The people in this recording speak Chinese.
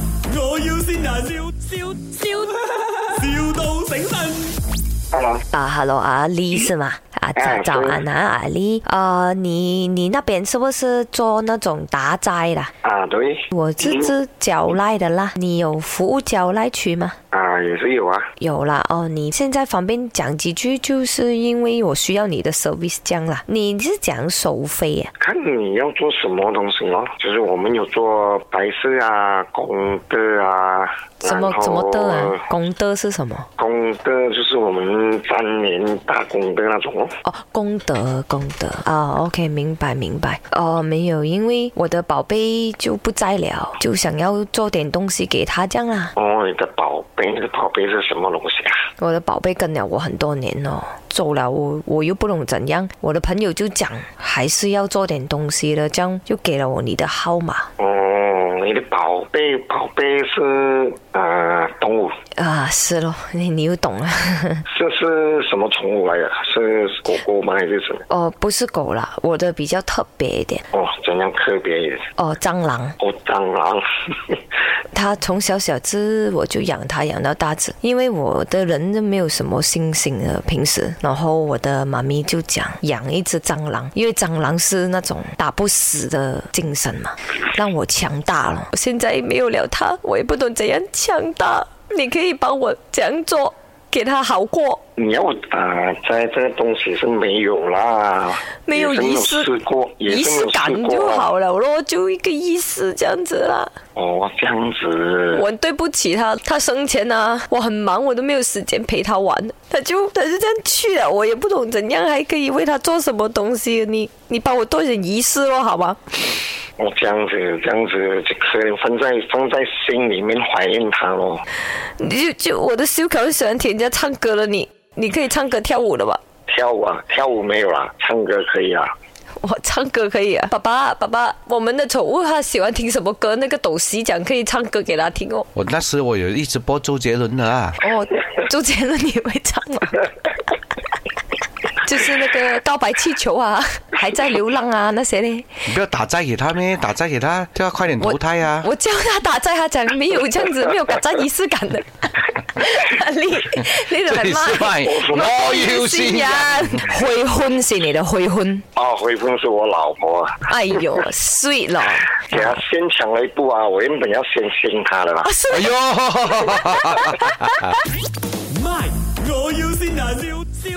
要先人，笑笑笑，,笑到醒神。 Hello，啊，Hello，阿丽是吗？啊，嗯哎早早是安啊，阿丽。呃，你你那边是不是做那种打斋的？啊，对，我是嗯指脚赖的啦。你有服务脚赖区吗？啊，也是有啊，有啦，哦，你现在方便讲几句，就是因为我需要你的 service 这样啦。你是讲收费啊呀、看你要做什么东西咯，就是我们有做白事啊、功德啊，什么然后什么的啊？功德是什么？功德就是我们三年大功德那种咯。哦，功德，功德啊、o k 明白明白。哦，没有，因为我的宝贝就不在了，就想要做点东西给他这样啦。哦，你的宝贝，你的宝贝是什么东西啊？我的宝贝跟了我很多年了，走了我我又不懂怎样。我的朋友就讲，还是要做点东西的，这样就给了我你的号码。哦，你的宝贝，宝贝是呃动物，啊，是咯，你你又懂了。 这是什么宠物来的？是狗狗吗？还是什么？哦，不是狗啦，我的比较特别一点。哦，怎样特别一点？哦，蟑螂，哦，蟑螂。它从小小只我就养它，养到大只。因为我的人就没有什么信心的，平时，然后我的妈咪就讲养一只蟑螂，因为蟑螂是那种打不死的精神嘛，让我强大了。我现在没有了它，我也不懂怎样强大。你可以帮我怎样做，给它好过。你要打呃在这个东西是没有啦，没有也是没仪有式试过，也仪是没式有感试过啊就好了咯，就一个意思这样子啦。哦，这样子我很对不起他，他生前啊，我很忙，我都没有时间陪他玩，他就他就这样去了，我也不懂怎样还可以为他做什么东西，你你帮我做一点仪式咯，好吗？哦，这样子，这样子就可能放在放在心里面怀念他咯。你就就我的修考喜欢听人家唱歌了，你你可以唱歌跳舞了吧？ 跳舞啊，跳舞没有啦，唱歌可以啊。我唱歌可以啊，爸爸爸爸，我们的宠物它喜欢听什么歌？那个斗西讲可以唱歌给他听哦。我那时我有一直播周杰伦的啊，哦，周杰伦你会唱吗？ 就是那个告白气球啊，还在流浪啊那些嘞。你不要打斋给他咩？打斋给他，就要快点投胎啊！我叫他打在他讲没有这样子，没有打在仪式感 的。你你就系失妈败，我要先人。悔婚是你的悔婚，哦，回凤是我老婆啊，哎哟，sweet 咯，哎啊给她先抢了一步啊，我原本要先信她的啦。是哎呦！ My，我要先人，笑笑